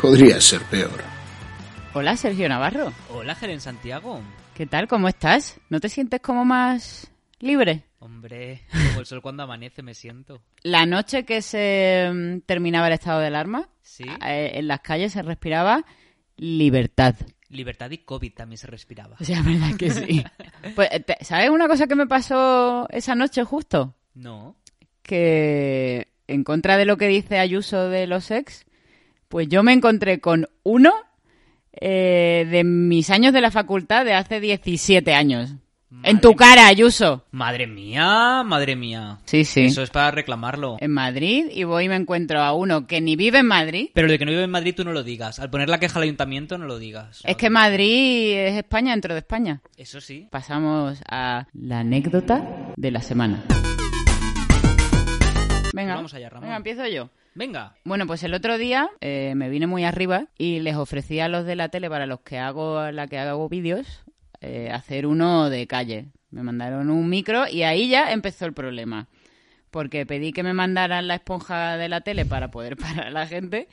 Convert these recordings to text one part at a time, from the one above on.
Podría ser peor. Hola, Sergio Navarro. Hola, Jeren Santiago. ¿Qué tal? ¿Cómo estás? ¿No te sientes como más libre? Hombre, como el sol cuando amanece me siento. La noche que se mm, terminaba el estado de alarma, Sí. eh, en las calles se respiraba libertad. Libertad y COVID también se respiraba. O sea, verdad que sí. Pues, eh, te- ¿sabes una cosa que me pasó esa noche justo? No. Que en contra de lo que dice Ayuso de los ex, pues yo me encontré con uno eh, de mis años de la facultad de hace 17 años. en Madre tu mía. cara, Ayuso. Madre mía, madre mía. Sí, sí. Eh. Eso es para reclamarlo. En Madrid y voy y me encuentro a uno que ni vive en Madrid. Pero lo de que no vive en Madrid tú no lo digas. Al poner la queja al ayuntamiento no lo digas. Es que Madrid es España dentro de España. Eso sí. Pasamos a la anécdota de la semana. Venga, Vamos allá, Ramón. Venga, empiezo yo. Venga. Bueno, pues el otro día eh, me vine muy arriba y les ofrecí a los de la tele para los que hago la que hago vídeos eh, hacer uno de calle. Me mandaron un micro y ahí ya empezó el problema. Porque pedí que me mandaran la esponja de la tele para poder parar a la gente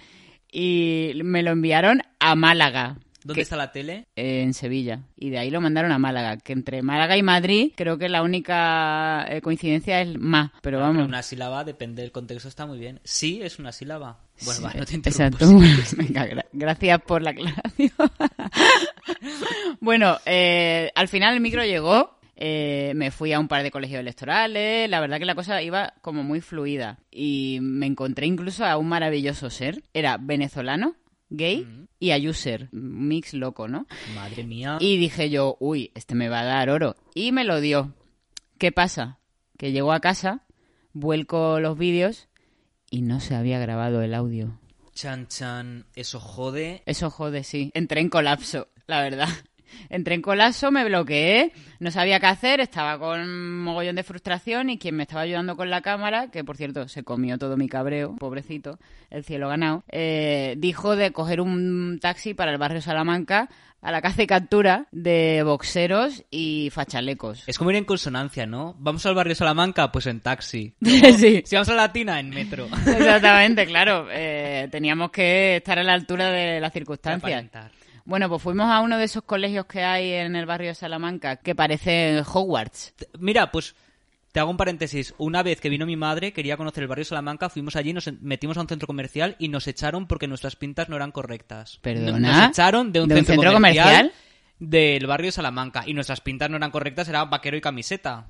y me lo enviaron a Málaga. ¿Dónde que- está la tele? eh, en Sevilla. Y de ahí lo mandaron a Málaga. Que entre Málaga y Madrid creo que la única eh, coincidencia es más. Pero vamos. Pero Una sílaba, depende del contexto, está muy bien. Sí, es una sílaba. Bueno, Sí, va, no te Exacto. interrumpo. Venga, gra- gracias por la aclaración. bueno, eh, al final el micro llegó. eh, me fui a un par de colegios electorales. La verdad que la cosa iba como muy fluida. Y me encontré incluso a un maravilloso ser. Era venezolano, gay y ayuser. Mix loco, ¿no? Madre mía. Y dije yo, uy, este me va a dar oro. Y me lo dio. ¿Qué pasa? Que llegó a casa, vuelco los vídeos y no se había grabado el audio. Chan chan, eso jode. Eso jode, sí. Entré en colapso, la verdad. Entré en colapso, me bloqueé, no sabía qué hacer, estaba con mogollón de frustración y quien me estaba ayudando con la cámara, que por cierto se comió todo mi cabreo, pobrecito, el cielo ganado, eh, dijo de coger un taxi para el barrio Salamanca a la caza y captura de boxeros y fachalecos. Es como ir en consonancia, ¿no? Vamos al barrio Salamanca, pues en taxi. sí. Si vamos a Latina, en metro. Exactamente, claro. eh, teníamos que estar a la altura de las circunstancias. Aparentar. Bueno, pues fuimos a uno de esos colegios que hay en el barrio de Salamanca, que parece Hogwarts. T- Mira, pues te hago un paréntesis. Una vez que vino mi madre, quería conocer el barrio Salamanca, fuimos allí, nos en- metimos a un centro comercial y nos echaron porque nuestras pintas no eran correctas. Perdona. No- Nos echaron de un, ¿De un centro comercial? del barrio Salamanca y nuestras pintas no eran correctas, era vaquero y camiseta.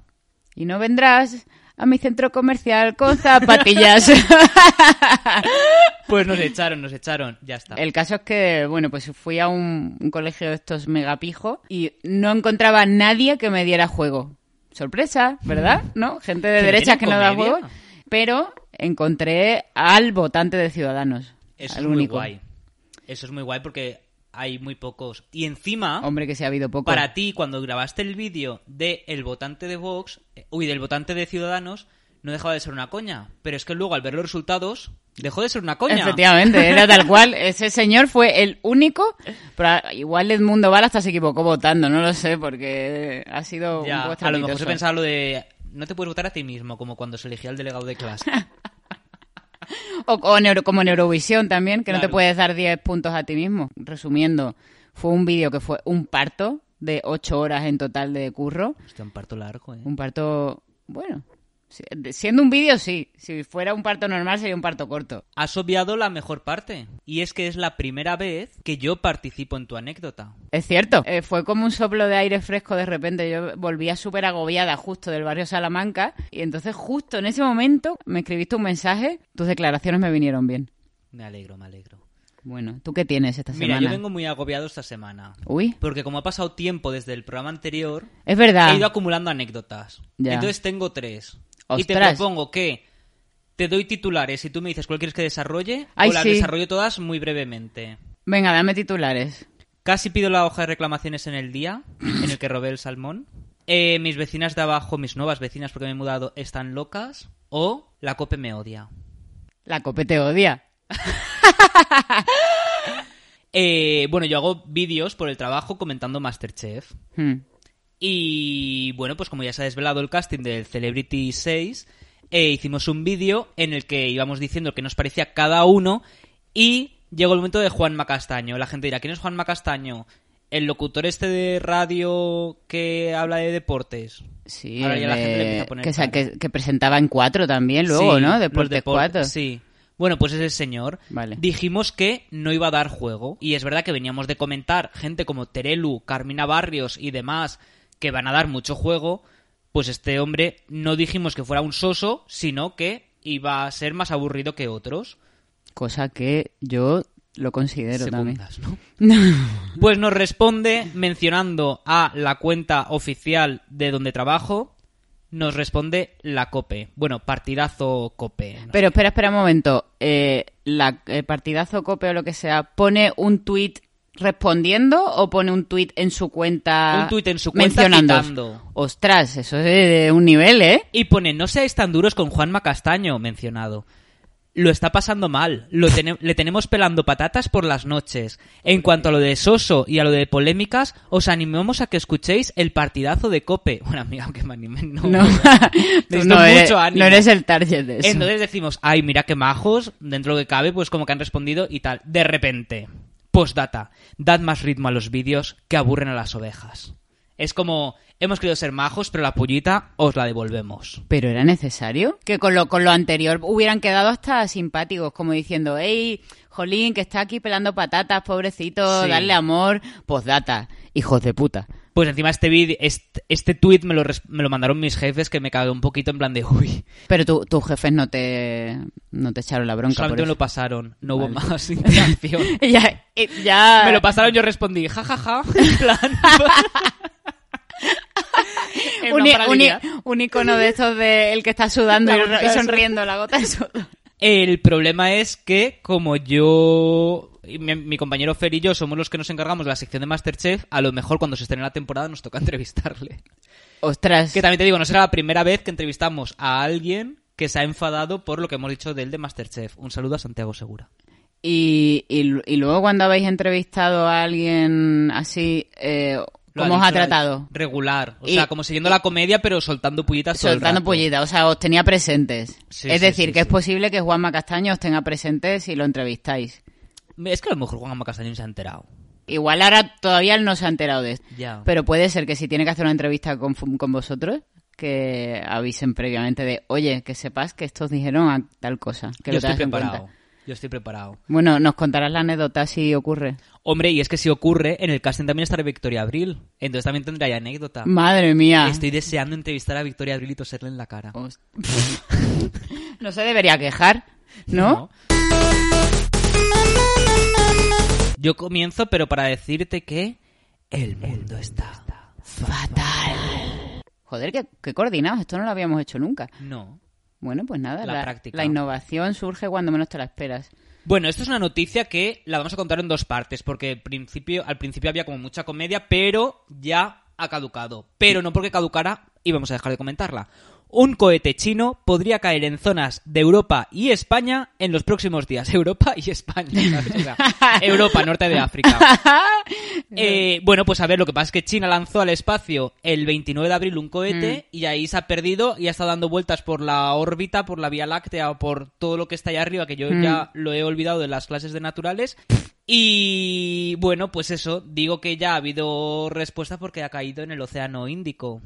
Y no vendrás a mi centro comercial con zapatillas. Pues nos echaron, nos echaron, ya está. el caso es que, bueno, pues fui a un, un colegio de estos megapijos y no encontraba a nadie que me diera juego. Sorpresa, ¿verdad? ¿No? Gente de Mm. Que derecha tienen que no da comedia. juego. Pero encontré al votante de Ciudadanos. Eso al es muy único. guay. Eso es muy guay porque hay muy pocos. Y encima, Hombre, que se ha habido poco. para ti, cuando grabaste el vídeo de el votante de Vox, eh, uy, del votante de Ciudadanos, no dejaba de ser una coña. Pero es que luego, al ver los resultados, dejó de ser una coña. Efectivamente, era tal cual. Ese señor fue el único. Pero igual Edmundo Val hasta se equivocó votando, no lo sé, porque ha sido Ya, un poco a lo mejor se estrepitoso. pensaba lo de... No te puedes votar a ti mismo, como cuando se elegía el delegado de clase. O, o en Euro- como en Eurovisión también, que no te Claro. puedes dar 10 puntos a ti mismo. Resumiendo, fue un vídeo que fue un parto de 8 horas en total de curro. Hostia, un parto largo, ¿eh? Un parto, bueno, si- siendo un vídeo sí. Si fuera un parto normal sería un parto corto. Has obviado la mejor parte. Y es que es la primera vez que yo participo en tu anécdota. Es cierto. Eh, fue como un soplo de aire fresco de repente. Yo volvía súper agobiada justo del barrio Salamanca. Y entonces justo en ese momento me escribiste un mensaje. Tus declaraciones me vinieron bien. Me alegro, me alegro. Bueno, ¿tú qué tienes esta Mira, semana? yo vengo muy agobiado esta semana. Uy, Porque como ha pasado tiempo desde el programa anterior, es verdad. he ido acumulando anécdotas. Ya. Entonces tengo tres. Y te Ostras. propongo que te doy titulares y tú me dices cuál quieres que desarrolle Ay, o las sí. desarrollo todas muy brevemente. Venga, dame titulares. Casi pido la hoja de reclamaciones en el día en el que robé el salmón. Eh, mis vecinas de abajo, mis nuevas vecinas porque me he mudado, están locas. O la cope me odia. La cope te odia. Eh, bueno, yo hago vídeos por el trabajo comentando Masterchef. Hmm. Y bueno, pues como ya se ha desvelado el casting del Celebrity 6, eh, hicimos un vídeo en el que íbamos diciendo que nos parecía cada uno y Llegó el momento de Juan Macastaño. La gente dirá, ¿quién es Juan Macastaño? El locutor este de radio que habla de deportes. Sí, Ahora el ya la gente de- le empieza a poner que, sa- cara. que- que presentaba en cuatro también luego, Sí, ¿no? los Deportes cuatro. Sí. Bueno, pues ese señor. Vale. Dijimos que no iba a dar juego. Y es verdad que veníamos de comentar gente como Terelu, Carmina Barrios y demás que van a dar mucho juego. Pues este hombre no dijimos que fuera un soso, sino que iba a ser más aburrido que otros. Cosa que yo lo considero también. Segundas, ¿no? Pues nos responde mencionando a la cuenta oficial de donde trabajo. Nos responde la COPE. Bueno, partidazo COPE. no Pero espera, espera un momento. Eh, la, el partidazo cope o lo que sea, ¿pone un tuit respondiendo o pone un tuit en su cuenta? Un tuit en su cuenta mencionando? quitando. Ostras, eso es de un nivel, ¿eh? Y pone, no seáis tan duros con Juanma Castaño, mencionado. Lo está pasando mal. Lo tene- le tenemos pelando patatas por las noches. En cuanto a lo de Soso y a lo de polémicas, os animamos a que escuchéis el partidazo de Cope. Bueno, amiga, aunque me animen, no. No, Tú Oh, mucho eres, ánimo. no eres el target de eso. Entonces decimos, ay, mira qué majos, dentro de lo que cabe, pues como que han respondido y tal. De repente, postdata, dad más ritmo a los vídeos que aburren a las ovejas. Es como, hemos querido ser majos, pero la pullita os la devolvemos. Pero era necesario que con lo, con lo anterior hubieran quedado hasta simpáticos, como diciendo, hey, Jolín, que está aquí pelando patatas, pobrecito, Sí. darle amor, postdata, hijos de puta. Pues encima este vídeo, este, este tweet me lo, res- me lo mandaron mis jefes que me cagué un poquito en plan de, uy, Pero tu- tus jefes no te, no te echaron la bronca por solamente me eso. lo pasaron, no hubo Vale. más interacción. ya, eh, ya- Me lo pasaron, yo respondí, jajaja, en plan... En un, plan i- para un i- aliviar. un icono de estos de el que está sudando La y, gota ro- y de sudor. sonriendo, la gota de sudor. El problema es que, como yo, y mi, mi compañero Fer y yo somos los que nos encargamos de la sección de Masterchef, a lo mejor cuando se estrene la temporada nos toca entrevistarle. Ostras, Que también te digo, no será la primera vez que entrevistamos a alguien que se ha enfadado por lo que hemos dicho de él de Masterchef. Un saludo a Santiago Segura. Y, y- y luego cuando habéis entrevistado a alguien así, eh, Lo ¿cómo os ha dicho, lo tratado? Regular. O Y- sea, como siguiendo la comedia, pero soltando pullitas todo el Soltando rato. pollita, o sea, os tenía presentes. Sí, es sí, decir, sí, que es sí. posible que Juanma Castaño os tenga presentes si lo entrevistáis. Es que a lo mejor Juan Castañón se ha enterado. Igual ahora todavía él no se ha enterado de esto. Ya. Pero puede ser que si tiene que hacer una entrevista con, fu- con vosotros, que avisen previamente de, oye, que sepas que estos dijeron a tal cosa. Que yo lo estoy tengas en preparado. cuenta". Yo estoy preparado. Bueno, nos contarás la anécdota si ocurre. Hombre, y es que si ocurre, en el casting también estará Victoria Abril. Entonces también tendrá ya anécdota. Madre mía. Estoy deseando entrevistar a Victoria Abril y toserle en la cara. Host- no se debería quejar, ¿no? Yo comienzo, pero para decirte que el mundo está. Fatal. Joder, qué, qué coordinados, esto no lo habíamos hecho nunca. No. Bueno, pues nada, La la, práctica. la innovación surge cuando menos te la esperas. Bueno, esto es una noticia que la vamos a contar en dos partes, porque al principio, al principio había como mucha comedia, pero ya ha caducado. Pero no porque caducara íbamos a dejar de comentarla. Un cohete chino podría caer en zonas de Europa y España en los próximos días. Europa y España. ¿sabes? O sea, Europa, norte de África. Eh, bueno, pues a ver, lo que pasa es que China lanzó al espacio el 29 de abril un cohete Mm. y ahí se ha perdido y ha estado dando vueltas por la órbita, por la Vía Láctea o por todo lo que está allá arriba, que yo Mm. ya lo he olvidado de las clases de naturales. Y bueno, pues eso, digo que ya ha habido respuesta porque ha caído en el Océano Índico.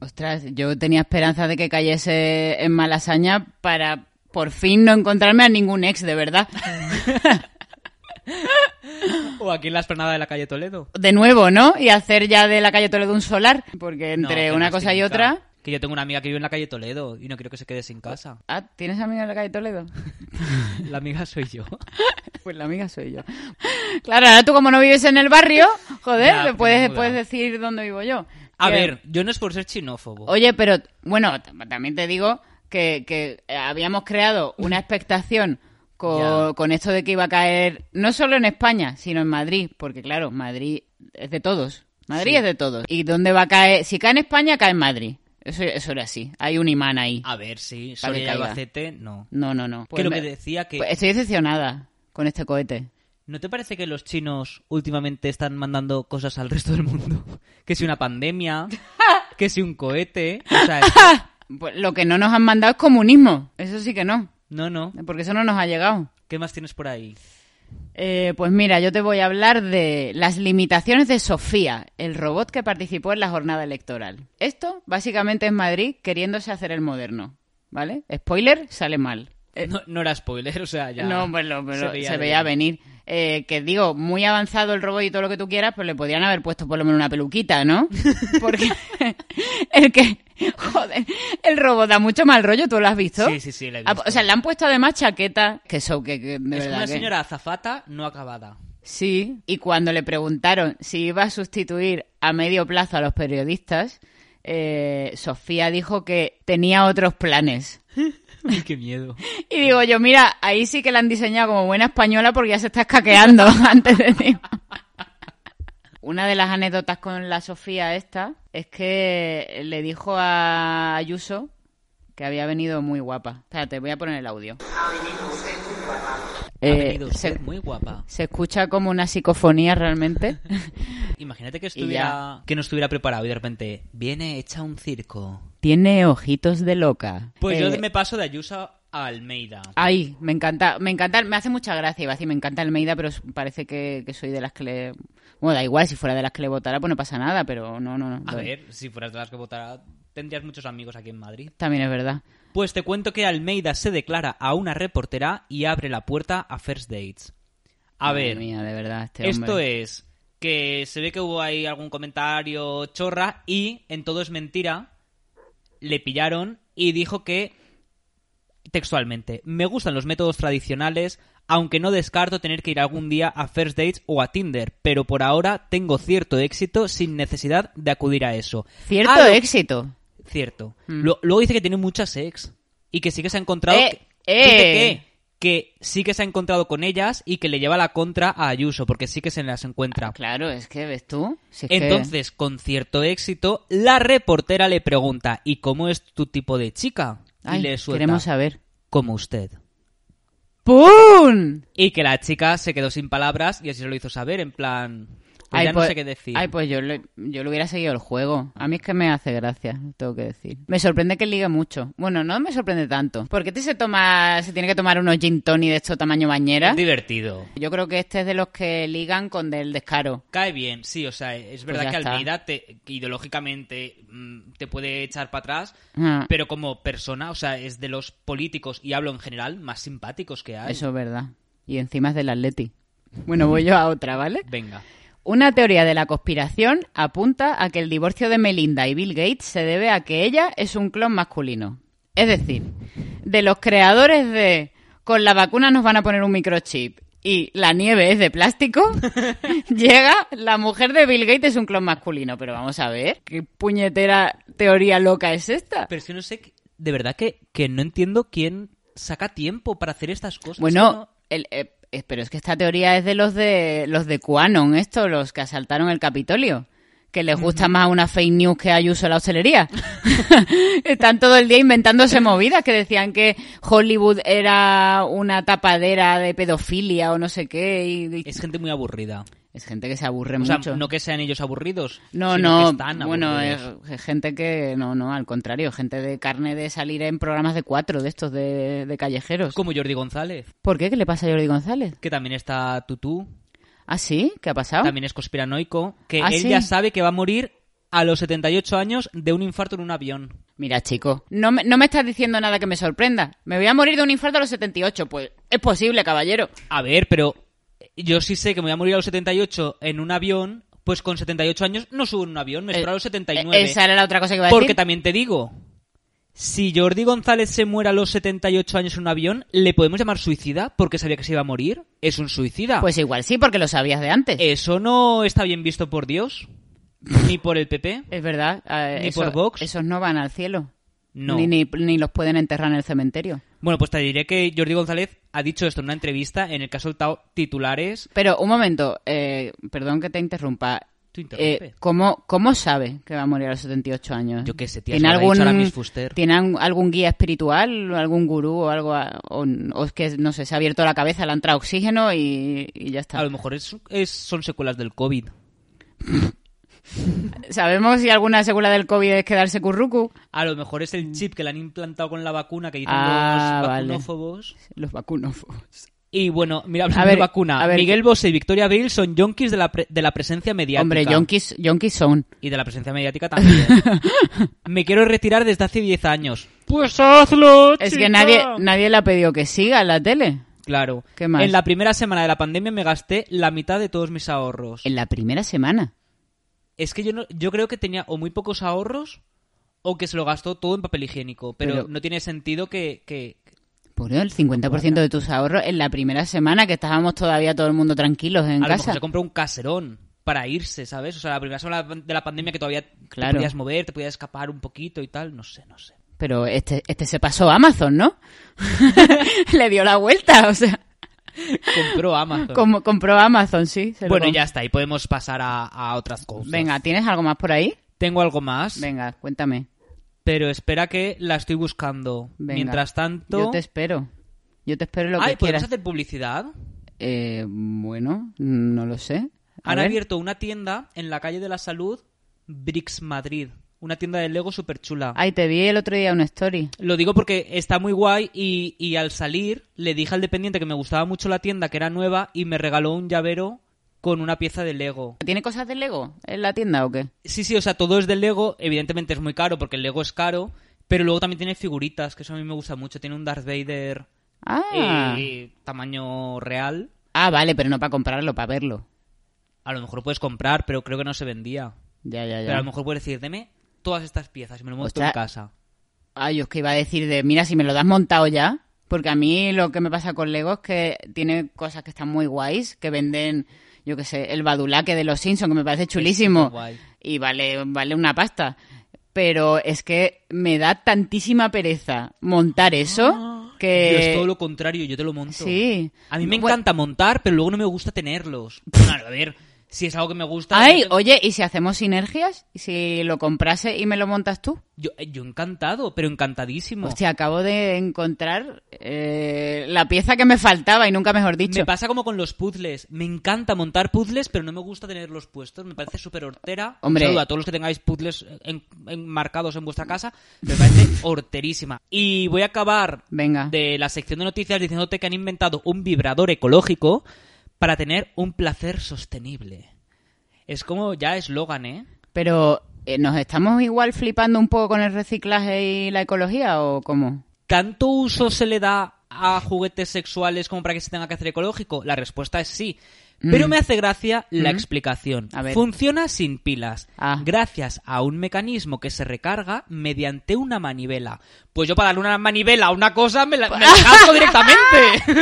Ostras, yo tenía esperanza de que cayese en Malasaña para por fin no encontrarme a ningún ex, de verdad. O aquí en la esplanada de la calle Toledo. De nuevo, ¿no? Y hacer ya de la calle Toledo un solar, porque No, entre que una no cosa y significa otra... Que yo tengo una amiga que vive en la calle Toledo y no quiero que se quede sin casa. Ah, ¿tienes amiga en la calle Toledo? La amiga soy yo. Pues la amiga soy yo. Claro, ahora tú como no vives en el barrio, joder, Ya, me puedes, menuda. puedes decir dónde vivo yo. A Que- ver, yo no es por ser chinófobo. Oye, pero bueno, t- también te digo que, que eh, habíamos creado una expectación con, Ya. con esto de que iba a caer no solo en España, sino en Madrid, porque claro, Madrid es de todos. Madrid Sí. es de todos. ¿Y dónde va a caer? Si cae en España, cae en Madrid. Eso, eso era así. Hay un imán ahí. A ver, sí, Para Soria que y caiga. Albacete, no. No, no, no. que Ah. lo que me- decía que... pues estoy decepcionada con este cohete. ¿No te parece que los chinos últimamente están mandando cosas al resto del mundo? Que si una pandemia, que si un cohete... O sea, es que- Pues lo que no nos han mandado es comunismo. Eso sí que no. No, no. Porque eso no nos ha llegado. ¿Qué más tienes por ahí? Eh, pues mira, yo te voy a hablar de las limitaciones de Sofía, el robot que participó en la jornada electoral. Esto básicamente es Madrid queriéndose hacer el moderno, ¿vale? Spoiler, sale mal. Eh, No, no era spoiler, o sea, ya. no, pues lo- pero se veía, venir. venir. Eh, que digo, muy avanzado el robot y todo lo que tú quieras, pero le podrían haber puesto por lo menos una peluquita, ¿no? Porque el que... Joder, el robot da mucho mal rollo, ¿tú lo has visto? Sí, sí, sí, la he Ah, visto. O sea, le han puesto además chaqueta, que eso, que, que de Es verdad una que- señora azafata no acabada. Sí, y cuando le preguntaron si iba a sustituir a medio plazo a los periodistas, eh, Sofía dijo que tenía otros planes. Uy, qué miedo. Y digo yo, mira, ahí sí que la han diseñado como buena española porque ya se está escaqueando antes de ti. Una de las anécdotas con la Sofía esta es que le dijo a Ayuso que había venido muy guapa. Espérate, voy a poner el audio. ha Eh, venido usted se- muy guapa. se escucha como una psicofonía realmente. Imagínate que estuviera, que no estuviera preparado y de repente viene hecha un circo. Tiene ojitos de loca. Pues Eh, yo me paso de Ayusa a Almeida. Ay, me encanta, me encanta, me hace mucha gracia, iba a decir, me encanta Almeida, pero s- parece que, que soy de las que le... Bueno, da igual, si fuera de las que le votara, pues no pasa nada, pero no, no, no. A doy. ver, si fueras de las que votara, tendrías muchos amigos aquí en Madrid. También es verdad. Pues te cuento que Almeida se declara a una reportera y abre la puerta a First Dates. A Madre ver, mía, de verdad, este esto hombre. es que se ve que hubo ahí algún comentario chorra y en todo es mentira. Le pillaron y dijo que textualmente, me gustan los métodos tradicionales, aunque no descarto tener que ir algún día a First Dates o a Tinder, pero por ahora tengo cierto éxito sin necesidad de acudir a eso. Cierto A lo- éxito. Cierto. Mm. Lo- luego dice que tiene muchas ex y que sí que se ha encontrado. Eh, que- eh. dice que- que sí que se ha encontrado con ellas y que le lleva la contra a Ayuso porque sí que se las encuentra. Ah, Claro, es que, ¿ves tú? Si es que- Entonces, con cierto éxito, la reportera le pregunta ¿y cómo es tu tipo de chica? Ay, y le suelta queremos saber. como usted. ¡Pum! Y que la chica se quedó sin palabras y así se lo hizo saber en plan pues ya no pues- sé qué decir. Ay, pues yo le, yo le hubiera seguido el juego. A mí es que me hace gracia, tengo que decir. Me sorprende que ligue mucho. Bueno, no me sorprende tanto. ¿Por qué te se toma, se tiene que tomar unos gin tonic de esto tamaño bañera? Divertido. Yo creo que este es de los que ligan con del descaro. Cae bien, sí, o sea, es verdad Pues ya que está. Almeida te- ideológicamente mm, te puede echar para atrás, Ah, pero como persona, o sea, es de los políticos y hablo en general más simpáticos que hay. eso es verdad. Y encima es del Atleti. Bueno, voy yo a otra, ¿vale? Venga. Una teoría de la conspiración apunta a que el divorcio de Melinda y Bill Gates se debe a que ella es un clon masculino. Es decir, de los creadores de con la vacuna nos van a poner un microchip y la nieve es de plástico, llega la mujer de Bill Gates es un clon masculino. Pero vamos a ver, ¿qué puñetera teoría loca es esta? Pero es que no sé, de verdad que, que no entiendo quién saca tiempo para hacer estas cosas. Bueno, el- eh, eh, pero es que esta teoría es de los de los de QAnon, esto, los que asaltaron el Capitolio. Que les gusta más una fake news que Ayuso en la hostelería. Están todo el día inventándose movidas que decían que Hollywood era una tapadera de pedofilia o no sé qué. y- y- Es gente muy aburrida. Es gente que se aburre Eh, O sea, mucho. no que sean ellos aburridos. No, sino que no, están bueno, es, aburridos. es gente que, no, no, al contrario, gente de carne de salir en programas de cuatro, de estos de, de callejeros. Como Jordi González, ¿Por qué? ¿Qué le pasa a Jordi González? que también está tutú, ¿Ah, sí? ¿Qué ha pasado? también es conspiranoico, que Ah, él sí. ya sabe que va a morir a los 78 años de un infarto en un avión. Mira, chico, no me, no me estás diciendo nada que me sorprenda. Me voy a morir de un infarto a los 78. Pues es posible, caballero. A ver, pero yo sí sé que me voy a morir a los 78 en un avión, pues con 78 años no subo en un avión, me espero a los 79. Eh, Esa era la otra cosa que iba a Porque decir. también te digo, si Jordi González se muere a los 78 años en un avión, ¿le podemos llamar suicida porque sabía que se iba a morir? Es un suicida. Pues igual sí, porque lo sabías de antes. eso no está bien visto por Dios, ni por el PP. es verdad. eh, ni eso- por Vox. Esos no van al cielo. No. Ni, ni, ni los pueden enterrar en el cementerio. Bueno, pues te diré que Jordi González ha dicho esto en una entrevista en el que ha soltado titulares. Pero un momento, eh, perdón que te interrumpa. Tú interrumpe. Eh, ¿cómo, ¿Cómo sabe que va a morir a los 78 años? Yo qué sé, tía, ¿Tiene se lo habrá algún, dicho ahora Miss Fuster. ¿Tiene an- algún guía espiritual, algún gurú o algo? a- o, o es que, no sé, se ha abierto la cabeza, le ha entrado oxígeno y, y ya está. A lo mejor es- es- son secuelas del COVID. ¿Sabemos si alguna secuela del COVID es quedarse currucu? A lo mejor es el chip que le han implantado con la vacuna que dicen Mm. Ah, los vale. vacunófobos. Los vacunófobos. Y bueno, mira, hablando A ver, de vacuna, a ver, Miguel Bosé y Victoria Bill son yonkis de la, pre- de la presencia mediática. Hombre, yonkis, yonkis son. Y de la presencia mediática también. Me quiero retirar desde hace 10 años. Pues hazlo, Es chica. que nadie, nadie le ha pedido que siga en la tele. Claro. ¿Qué más? En la primera semana de la pandemia me gasté la mitad de todos mis ahorros. En la primera semana. Es que yo, no, yo creo que tenía o muy pocos ahorros o que se lo gastó todo en papel higiénico. Pero, Pero- no tiene sentido que... que- Por el 50% de tus ahorros en la primera semana que estábamos todavía todo el mundo tranquilos en a lo mejor casa. se compró un caserón para irse, ¿sabes? O sea, la primera semana de la pandemia que todavía Claro. te podías mover, te podías escapar un poquito y tal. No sé, no sé. Pero este, este se pasó a Amazon, ¿no? le dio la vuelta, o sea, Compró Amazon. como compró Amazon, sí. se lo Bueno, compró. ya está. Y podemos pasar a, a otras cosas. Venga, ¿tienes algo más por ahí? Tengo algo más, Venga, cuéntame. pero espera que la estoy buscando. Venga. Mientras tanto... Yo te espero. Yo te espero lo Ay, que ¿podemos quieras. hacer publicidad? Eh, bueno, no lo sé. A Han ver. abierto una tienda en la calle de la salud, Brix Madrid. Una tienda de Lego súper chula. Ay, te vi el otro día una story. Lo digo porque está muy guay y, y al salir le dije al dependiente que me gustaba mucho la tienda, que era nueva, y me regaló un llavero con una pieza de Lego. ¿Tiene cosas de Lego en la tienda o qué? Sí, sí, o sea, todo es de Lego. Evidentemente es muy caro porque el Lego es caro, pero luego también tiene figuritas, que eso a mí me gusta mucho. Tiene un Darth Vader Ah, eh, tamaño real. ah vale, pero no para comprarlo, para verlo. A lo mejor puedes comprar, pero creo que no se vendía. Ya, ya, Pero a ya. lo mejor puedes decir, deme todas estas piezas y me lo monto Ostras. en casa. Ay, yo es que iba a decir de, mira, si me lo das montado ya. Porque a mí lo que me pasa con Lego es que tiene cosas que están muy guays, que venden, yo qué sé, el badulaque de los Simpsons, que me parece chulísimo. superguay. Y vale, vale una pasta. Pero es que me da tantísima pereza montar eso que... Yo es todo lo contrario, yo te lo monto. Eh, Sí. Ah. A mí me Bueno, encanta montar, pero luego no me gusta tenerlos. Claro, a ver, si es algo que me gusta. Ay, yo, te- oye, ¿y si hacemos sinergias? ¿Y si lo comprase y me lo montas tú? yo, eh, yo encantado, pero encantadísimo. Hostia, acabo de encontrar eh, la pieza que me faltaba y nunca mejor dicho. Me pasa como con los puzzles. Me encanta montar puzzles, pero no me gusta tenerlos puestos. Me parece súper hortera. Un Hombre. saludo a todos los que tengáis puzzles en- enmarcados en vuestra casa. Me parece horterísima. Y voy a acabar Venga. de la sección de noticias diciéndote que han inventado un vibrador ecológico para tener un placer sostenible. Es como ya eslogan, ¿eh? Pero, eh, ¿nos estamos igual flipando un poco con el reciclaje y la ecología o cómo? ¿Tanto uso se le da a juguetes sexuales como para que se tenga que hacer ecológico? La respuesta es sí. Pero me hace gracia la explicación. Mm. A ver. Funciona sin pilas, Ah. gracias a un mecanismo que se recarga mediante una manivela. Pues yo para darle una manivela a una cosa me la, me la gasto Ah, directamente. Pues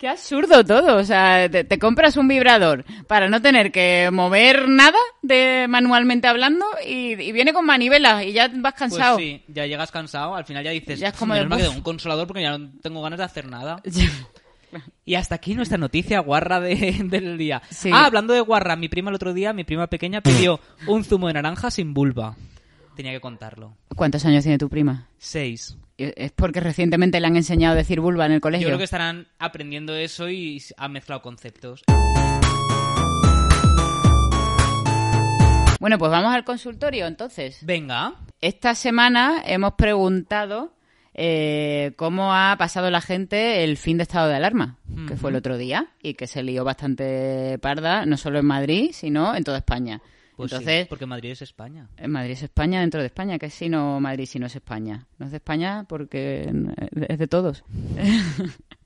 Qué absurdo todo. O sea, te, te compras un vibrador para no tener que mover nada de manualmente hablando y, y viene con manivelas y ya vas Pues cansado. sí, ya llegas cansado, al final ya dices, Ya es como menos de, mal que "Buf". tengo un consolador porque ya no tengo ganas de hacer nada. Ya. Y hasta aquí nuestra noticia guarra de- del día. Sí. Ah, hablando de guarra, mi prima el otro día, mi prima pequeña pidió un zumo de naranja sin vulva. Tenía que contarlo. ¿Cuántos años tiene tu prima? Seis. ¿Es porque recientemente le han enseñado a decir vulva en el Yo colegio? creo que estarán aprendiendo eso y s- han mezclado conceptos. Bueno, pues vamos al consultorio entonces. Venga. Esta semana hemos preguntado eh, cómo ha pasado la gente el fin de estado de alarma, que fue el otro día y que se lió bastante parda, no solo en Madrid, sino en toda España. Pues sí, entonces, porque Madrid es España. en Madrid es España dentro de España, que es si no Madrid, si no es España. No es de España porque es de todos.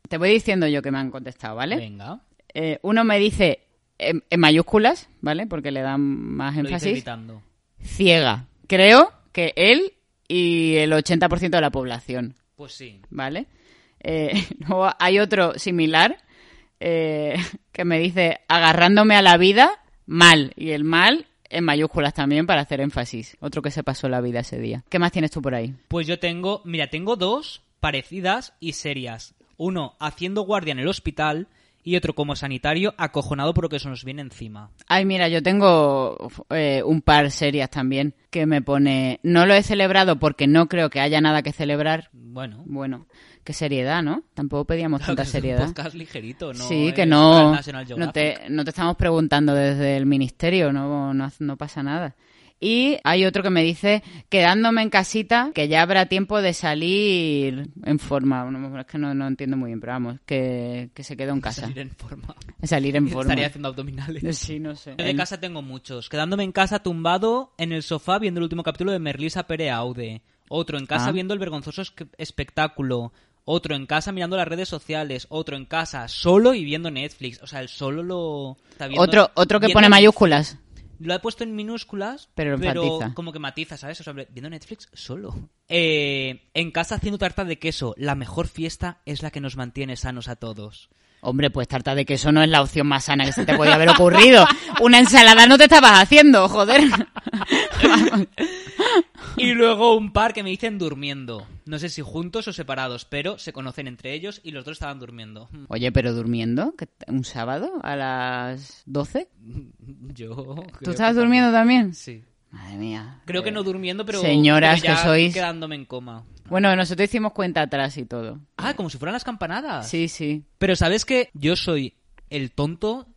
Te voy diciendo yo que me han contestado, ¿vale? Venga. Eh, uno me dice en, en mayúsculas, ¿vale? Porque le dan más Lo dice énfasis. gritando. Ciega. Creo que él y el 80% de la población, Pues sí. ¿vale? Eh, luego hay otro similar eh, que me dice agarrándome a la vida, mal. Y el mal en mayúsculas también para hacer énfasis. Otro que se pasó la vida ese día. ¿Qué más tienes tú por ahí? Pues yo tengo, mira, tengo dos parecidas y serias. Uno haciendo guardia en el hospital y otro como sanitario acojonado por lo que se nos viene encima. Ay, mira, yo tengo uf, eh, un par serias también que me pone, no lo he celebrado porque no creo que haya nada que celebrar. Bueno. Bueno, qué seriedad, ¿no? Tampoco pedíamos Claro, que tanta es un seriedad. podcast ligerito, ¿no? Eh, sí, que es no, National no Geographic. te, no te estamos preguntando desde el ministerio, no, no, no pasa nada. Y hay otro que me dice, quedándome en casita, que ya habrá tiempo de salir en forma. No, es que no, no entiendo muy bien, pero vamos, que, que se quedó en casa. Salir en forma. Salir en forma. Estaría haciendo abdominales. Sí, no sé. Yo de casa tengo muchos. Quedándome en casa tumbado en el sofá viendo el último capítulo de Merlisa Pereaude. Otro en casa Ah. viendo el vergonzoso esque- espectáculo. Otro en casa mirando las redes sociales. Otro en casa solo y viendo Netflix. O sea, el solo lo... está viendo- Otro, otro que viendo pone Netflix. mayúsculas. Lo he puesto en minúsculas, Pero pero, enfatiza. como que matiza, ¿sabes? O sea, viendo Netflix solo. Eh, en casa haciendo tarta de queso. La mejor fiesta es la que nos mantiene sanos a todos. Hombre, pues tarta de queso no es la opción más sana que se te podía haber ocurrido. Una ensalada no te estabas haciendo, joder. Y luego un par que me dicen durmiendo. No sé si juntos o separados, pero se conocen entre ellos y los dos estaban durmiendo. Oye, pero durmiendo, ¿Qué t- un sábado a las 12. Yo. ¿Tú creo estabas que durmiendo también? Sí. Madre mía. Creo que no durmiendo, pero. Señoras pero ya que sois. Quedándome en coma. Bueno, nosotros hicimos cuenta atrás y todo. Ah, como si fueran las campanadas. Sí, sí. Pero sabes que yo soy el tonto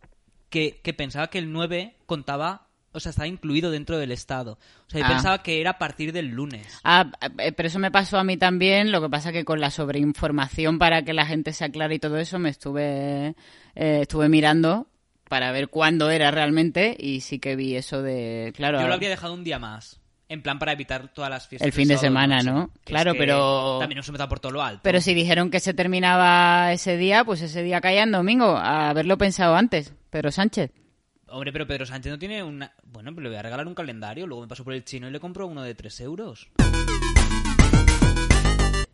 que, que pensaba que el 9 contaba, o sea, estaba incluido dentro del Estado. O sea, yo Ah. pensaba que era a partir del lunes. Ah, eh, pero eso me pasó a mí también. Lo que pasa que con la sobreinformación para que la gente se aclare y todo eso, me estuve, eh, estuve mirando para ver cuándo era realmente y sí que vi eso de, claro, Yo lo habría dejado un día más. En plan para evitar todas las fiestas. El fin de del sábado semana, noche. ¿no? Que es Claro, que pero- También nos hemos dado por todo lo alto. pero si dijeron que se terminaba ese día, pues ese día caía en domingo, a haberlo pensado antes. Pero Sánchez, Hombre, pero Pedro Sánchez no tiene una. Bueno, pero le voy a regalar un calendario. Luego me paso por el chino y le compro uno de 3 euros.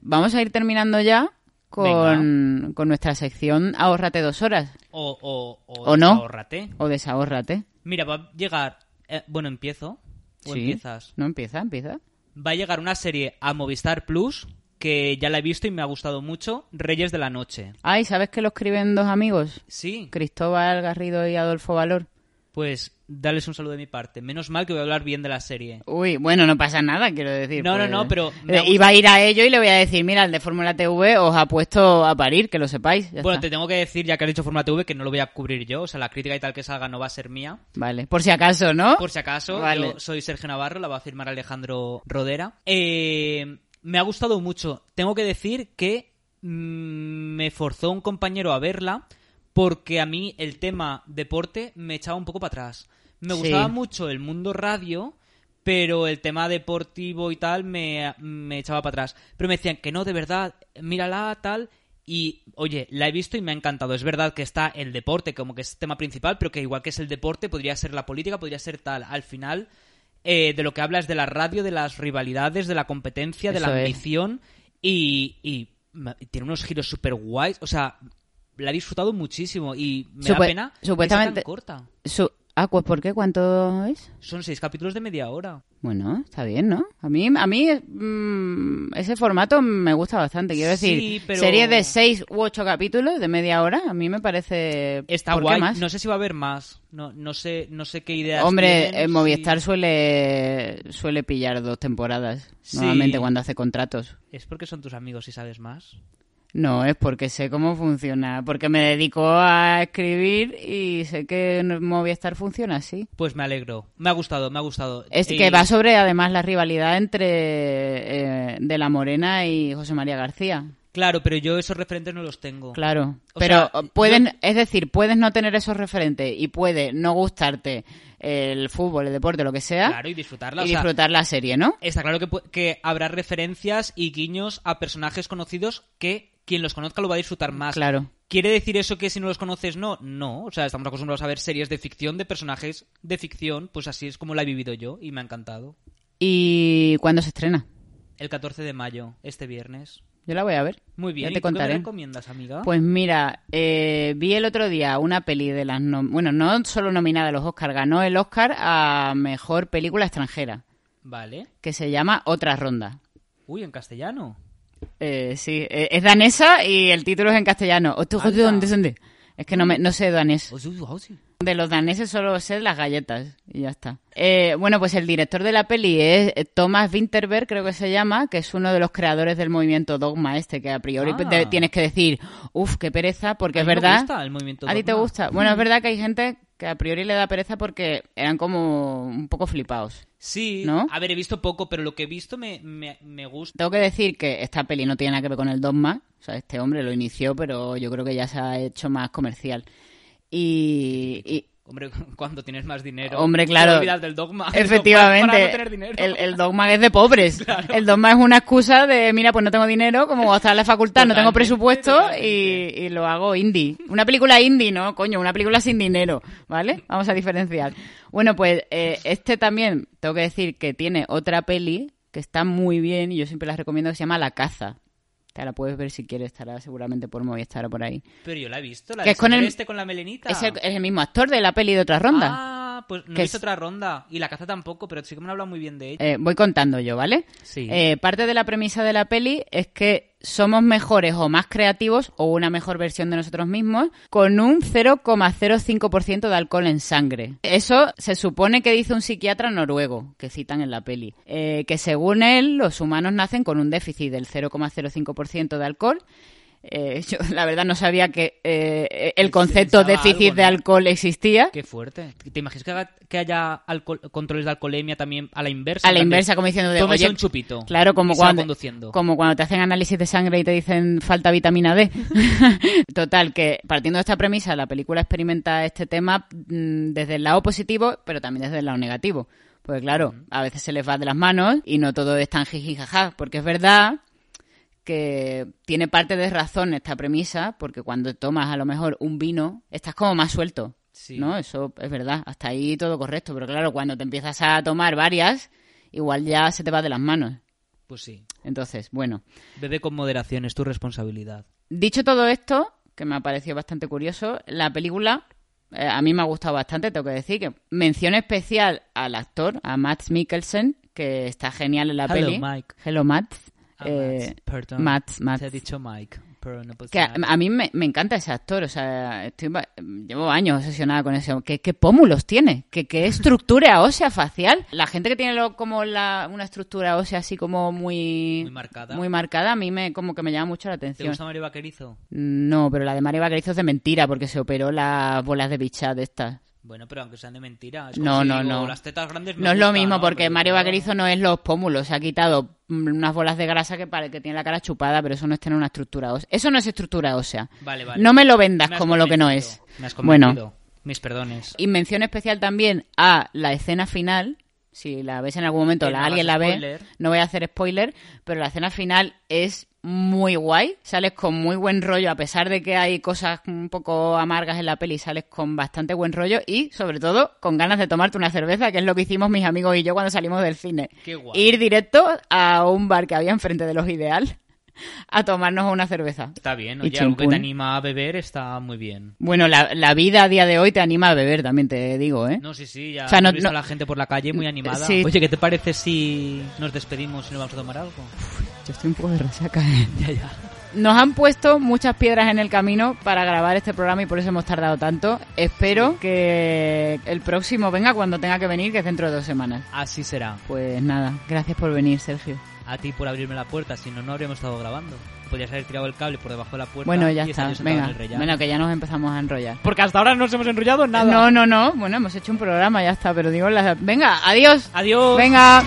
vamos a ir terminando ya con, con nuestra sección Ahórrate dos horas O, o, o, ¿O no? ahórrate. o desahórrate. Mira, va a llegar. eh, bueno, empiezo. O Sí. empiezas. No empieza, empieza. Va a llegar una serie a Movistar Plus que ya la he visto y me ha gustado mucho, Reyes de la Noche. Ay, ¿sabes que lo escriben dos amigos? Sí, Cristóbal Garrido y Adolfo Valor. pues dales un saludo de mi parte. Menos mal que voy a hablar bien de la serie. Uy, bueno, no pasa nada, quiero decir. No, no, no, pero me ha Eh, Iba a ir a ello y le voy a decir, mira, el de Fórmula TV os ha puesto a parir, que lo sepáis. ya bueno, está. te tengo que decir, ya que has dicho Forma TV, que no lo voy a cubrir yo. O sea, la crítica y tal que salga no va a ser mía. Vale, por si acaso, ¿no? Por si acaso, Vale. yo soy Sergio Navarro, la va a firmar Alejandro Rodera. Eh, me ha gustado mucho. Tengo que decir que mm, me forzó un compañero a verla porque a mí el tema deporte me echaba un poco para atrás. Me Sí. gustaba mucho el mundo radio, pero el tema deportivo y tal me, me echaba para atrás. Pero me decían que no, de verdad, mírala, tal. Y, oye, la he visto y me ha encantado. Es verdad que está el deporte como que es tema principal, pero que igual que es el deporte, podría ser la política, podría ser tal. Al final, eh, de lo que habla es de la radio, de las rivalidades, de la competencia, de Eso la es. ambición. Y, y ma- tiene unos giros súper guays. O sea, la he disfrutado muchísimo y me da Supe- pena que sea supuestamente- tan corta. Su- Ah, pues ¿por qué? ¿Cuánto es? Son seis capítulos de media hora. Bueno, está bien, ¿no? A mí, a mí mm, ese formato me gusta bastante. Quiero decir, Sí, pero- series de seis u ocho capítulos de media hora, a mí me parece... Está ¿Por qué guay. más? No sé si va a haber más. No, no sé, no sé qué ideas. Hombre, tienen, eh, si- Movistar suele, suele pillar dos temporadas, Sí. normalmente cuando hace contratos. Es porque son tus amigos y sabes más. No, es porque sé cómo funciona, porque me dedico a escribir y sé que en Movistar funciona así. Pues me alegro. Me ha gustado, me ha gustado. Es Eh, que va sobre además la rivalidad entre eh, De La Morena y José María García. Claro, pero yo esos referentes no los tengo. Claro, O pero sea, pueden, es decir, puedes no tener esos referentes y puede no gustarte el fútbol, el deporte, lo que sea, Claro, y disfrutarla. y o sea, disfrutar la serie, ¿no? está claro que, pu- que habrá referencias y guiños a personajes conocidos que quien los conozca lo va a disfrutar más. Claro. ¿Quiere decir eso que si no los conoces no? No, o sea, estamos acostumbrados a ver series de ficción de personajes de ficción, pues así es como la he vivido yo y me ha encantado. ¿Y cuándo se estrena? El 14 de mayo, este viernes. Yo la voy a ver. Muy bien, Ya ¿y te tú ¿qué contaré. me recomiendas, amiga? Pues mira, eh, vi el otro día una peli de las... nom- bueno, no solo nominada a los Oscar, ganó el Oscar a Mejor Película Extranjera, Vale. que se llama Otra Ronda. Uy, en castellano. Eh, sí, eh, es danesa y el título es en castellano. Otu- Anda. ¿Dónde? dónde? Es que no, me, no sé danés. Oh, sí, oh, sí. De los daneses solo sé las galletas y ya está. Eh, bueno, pues el director de la peli es eh, Thomas Winterberg, creo que se llama, que es uno de los creadores del movimiento Dogma este, que a priori Ah. te- tienes que decir, uff, qué pereza, porque A es mí me verdad... gusta el movimiento ¿A ti te Dogma. Mm. gusta? Bueno, es verdad que hay gente que a priori le da pereza porque eran como un poco flipados. Sí, ¿No? a ver, he visto poco, pero lo que he visto me, me, me gusta. Tengo que decir que esta peli no tiene nada que ver con el Dogma. O sea, este hombre lo inició, pero yo creo que ya se ha hecho más comercial. Y- y, Hombre, cuando tienes más dinero. Hombre, te claro. olvidas del dogma. Efectivamente. Para no tener dinero. El, el dogma es de pobres. El dogma es una excusa de, mira, pues no tengo dinero, como hasta la facultad, no tengo Totalmente, presupuesto y, totalmente. y lo hago indie. Una película indie, ¿no? Coño, una película sin dinero, ¿vale? Vamos a diferenciar. Bueno, pues eh, este también, tengo que decir que tiene otra peli que está muy bien y yo siempre las recomiendo que se llama La Caza. Te la puedes ver si quieres, estará seguramente por Movistar o por ahí. Pero yo la he visto, la Que de es con el- Silvestre con la melenita. Es el, es el mismo actor de la peli de otra ronda. Ah, pues no Que he visto es- otra ronda. Y la caza tampoco, pero sí que me han hablado muy bien de ella. Eh, voy contando yo, ¿vale? Sí. Eh, parte de la premisa de la peli es que somos mejores o más creativos o una mejor versión de nosotros mismos con un 0,05% de alcohol en sangre. Eso se supone que dice un psiquiatra noruego que citan en la peli. Eh, que según él, los humanos nacen con un déficit del 0,05% de alcohol. Eh, yo la verdad no sabía que eh, el Se concepto pensaba déficit algo, ¿no? de alcohol existía. Qué fuerte. ¿Te imaginas que haga- que haya, alcohol- controles de alcoholemia también a la inversa? A la En plan de, inversa, como diciendo de Tómese "Oye, un chupito. Claro, como y se va cuando, conduciendo. como cuando te hacen análisis de sangre y te dicen falta vitamina D. Total, que partiendo de esta premisa, la película experimenta este tema mm, desde el lado positivo, pero también desde el lado negativo. Porque claro, a veces se les va de las manos y no todo es tan jiji jaja, porque es verdad que tiene parte de razón esta premisa, porque cuando tomas a lo mejor un vino, estás como más suelto, Sí. ¿no? Eso es verdad, hasta ahí todo correcto, pero claro, cuando te empiezas a tomar varias, igual ya se te va de las manos. Pues sí. Entonces, bueno, Bebe con moderación, es tu responsabilidad. dicho todo esto, que me ha parecido bastante curioso, la película eh, a mí me ha gustado bastante, tengo que decir que mención especial al actor, a Matt Mikkelsen, que está genial en la Hello, peli. Mike. Hello, Matt. Ah, Eh, Mats, perdón. Mats, Mats. Te he dicho Mike, pero no pasa Que a, nada. a mí me, me encanta ese actor, o sea, estoy ba- llevo años obsesionada con ese. ¿Qué, qué pómulos tiene? ¿Qué, qué estructura ósea facial? La gente que tiene lo- como la- una estructura ósea así como muy, Muy marcada. muy marcada, a mí me, como que me llama mucho la ¿Te atención. gusta Mario Vaquerizo? No, pero la de María Vaquerizo es de mentira porque se operó las bolas de bichad de estas. Bueno, pero aunque sean de mentira. Es No, como si no, digo, no. Las tetas grandes me No es lo gustan, mismo ¿no? porque Pero Mario claro. Vaquerizo no es los pómulos, se ha quitado mm, unas bolas de grasa que, pare- que tiene la cara chupada, pero eso no es tener una estructura ósea. Eso no es estructura ósea. Vale, vale. No me lo vendas Me has como lo que no es. convencido, Me has Bueno. convencido. Mis perdones. Y mención especial también a la escena final. Si la ves en algún momento, Que la, no hagas alguien la ve, spoiler. no voy a hacer spoiler, pero la escena final es muy guay. Sales con muy buen rollo, a pesar de que hay cosas un poco amargas en la peli, sales con bastante buen rollo y, sobre todo, con ganas de tomarte una cerveza, que es lo que hicimos mis amigos y yo cuando salimos del cine. Qué guay. Ir directo a un bar que había enfrente de los Ideal a tomarnos una cerveza. Está bien, Y oye, algo que chimpún. te anima a beber está muy bien. Bueno, la, la vida a día de hoy te anima a beber, también te digo, ¿eh? No, sí, sí, ya O sea, no- he visto no- a la gente por la calle muy animada. Sí. Oye, ¿qué te parece si nos despedimos y nos vamos a tomar algo? Yo estoy un poco de resaca, ¿eh? Ya, ya. Nos han puesto muchas piedras en el camino para grabar este programa y por eso hemos tardado tanto. Espero que el próximo venga cuando tenga que venir, que es dentro de dos semanas. Así será. Pues nada, gracias por venir, Sergio. A ti por abrirme la puerta, si no, no habríamos estado grabando. Podrías haber tirado el cable por debajo de la puerta. Bueno, ya y está, estarías sentado venga. en el rellano. Bueno, que ya nos empezamos a enrollar. Porque hasta ahora no nos hemos enrollado en nada. No, no, no. Bueno, hemos hecho un programa, ya está, pero digo, las... venga, adiós. Adiós. Venga.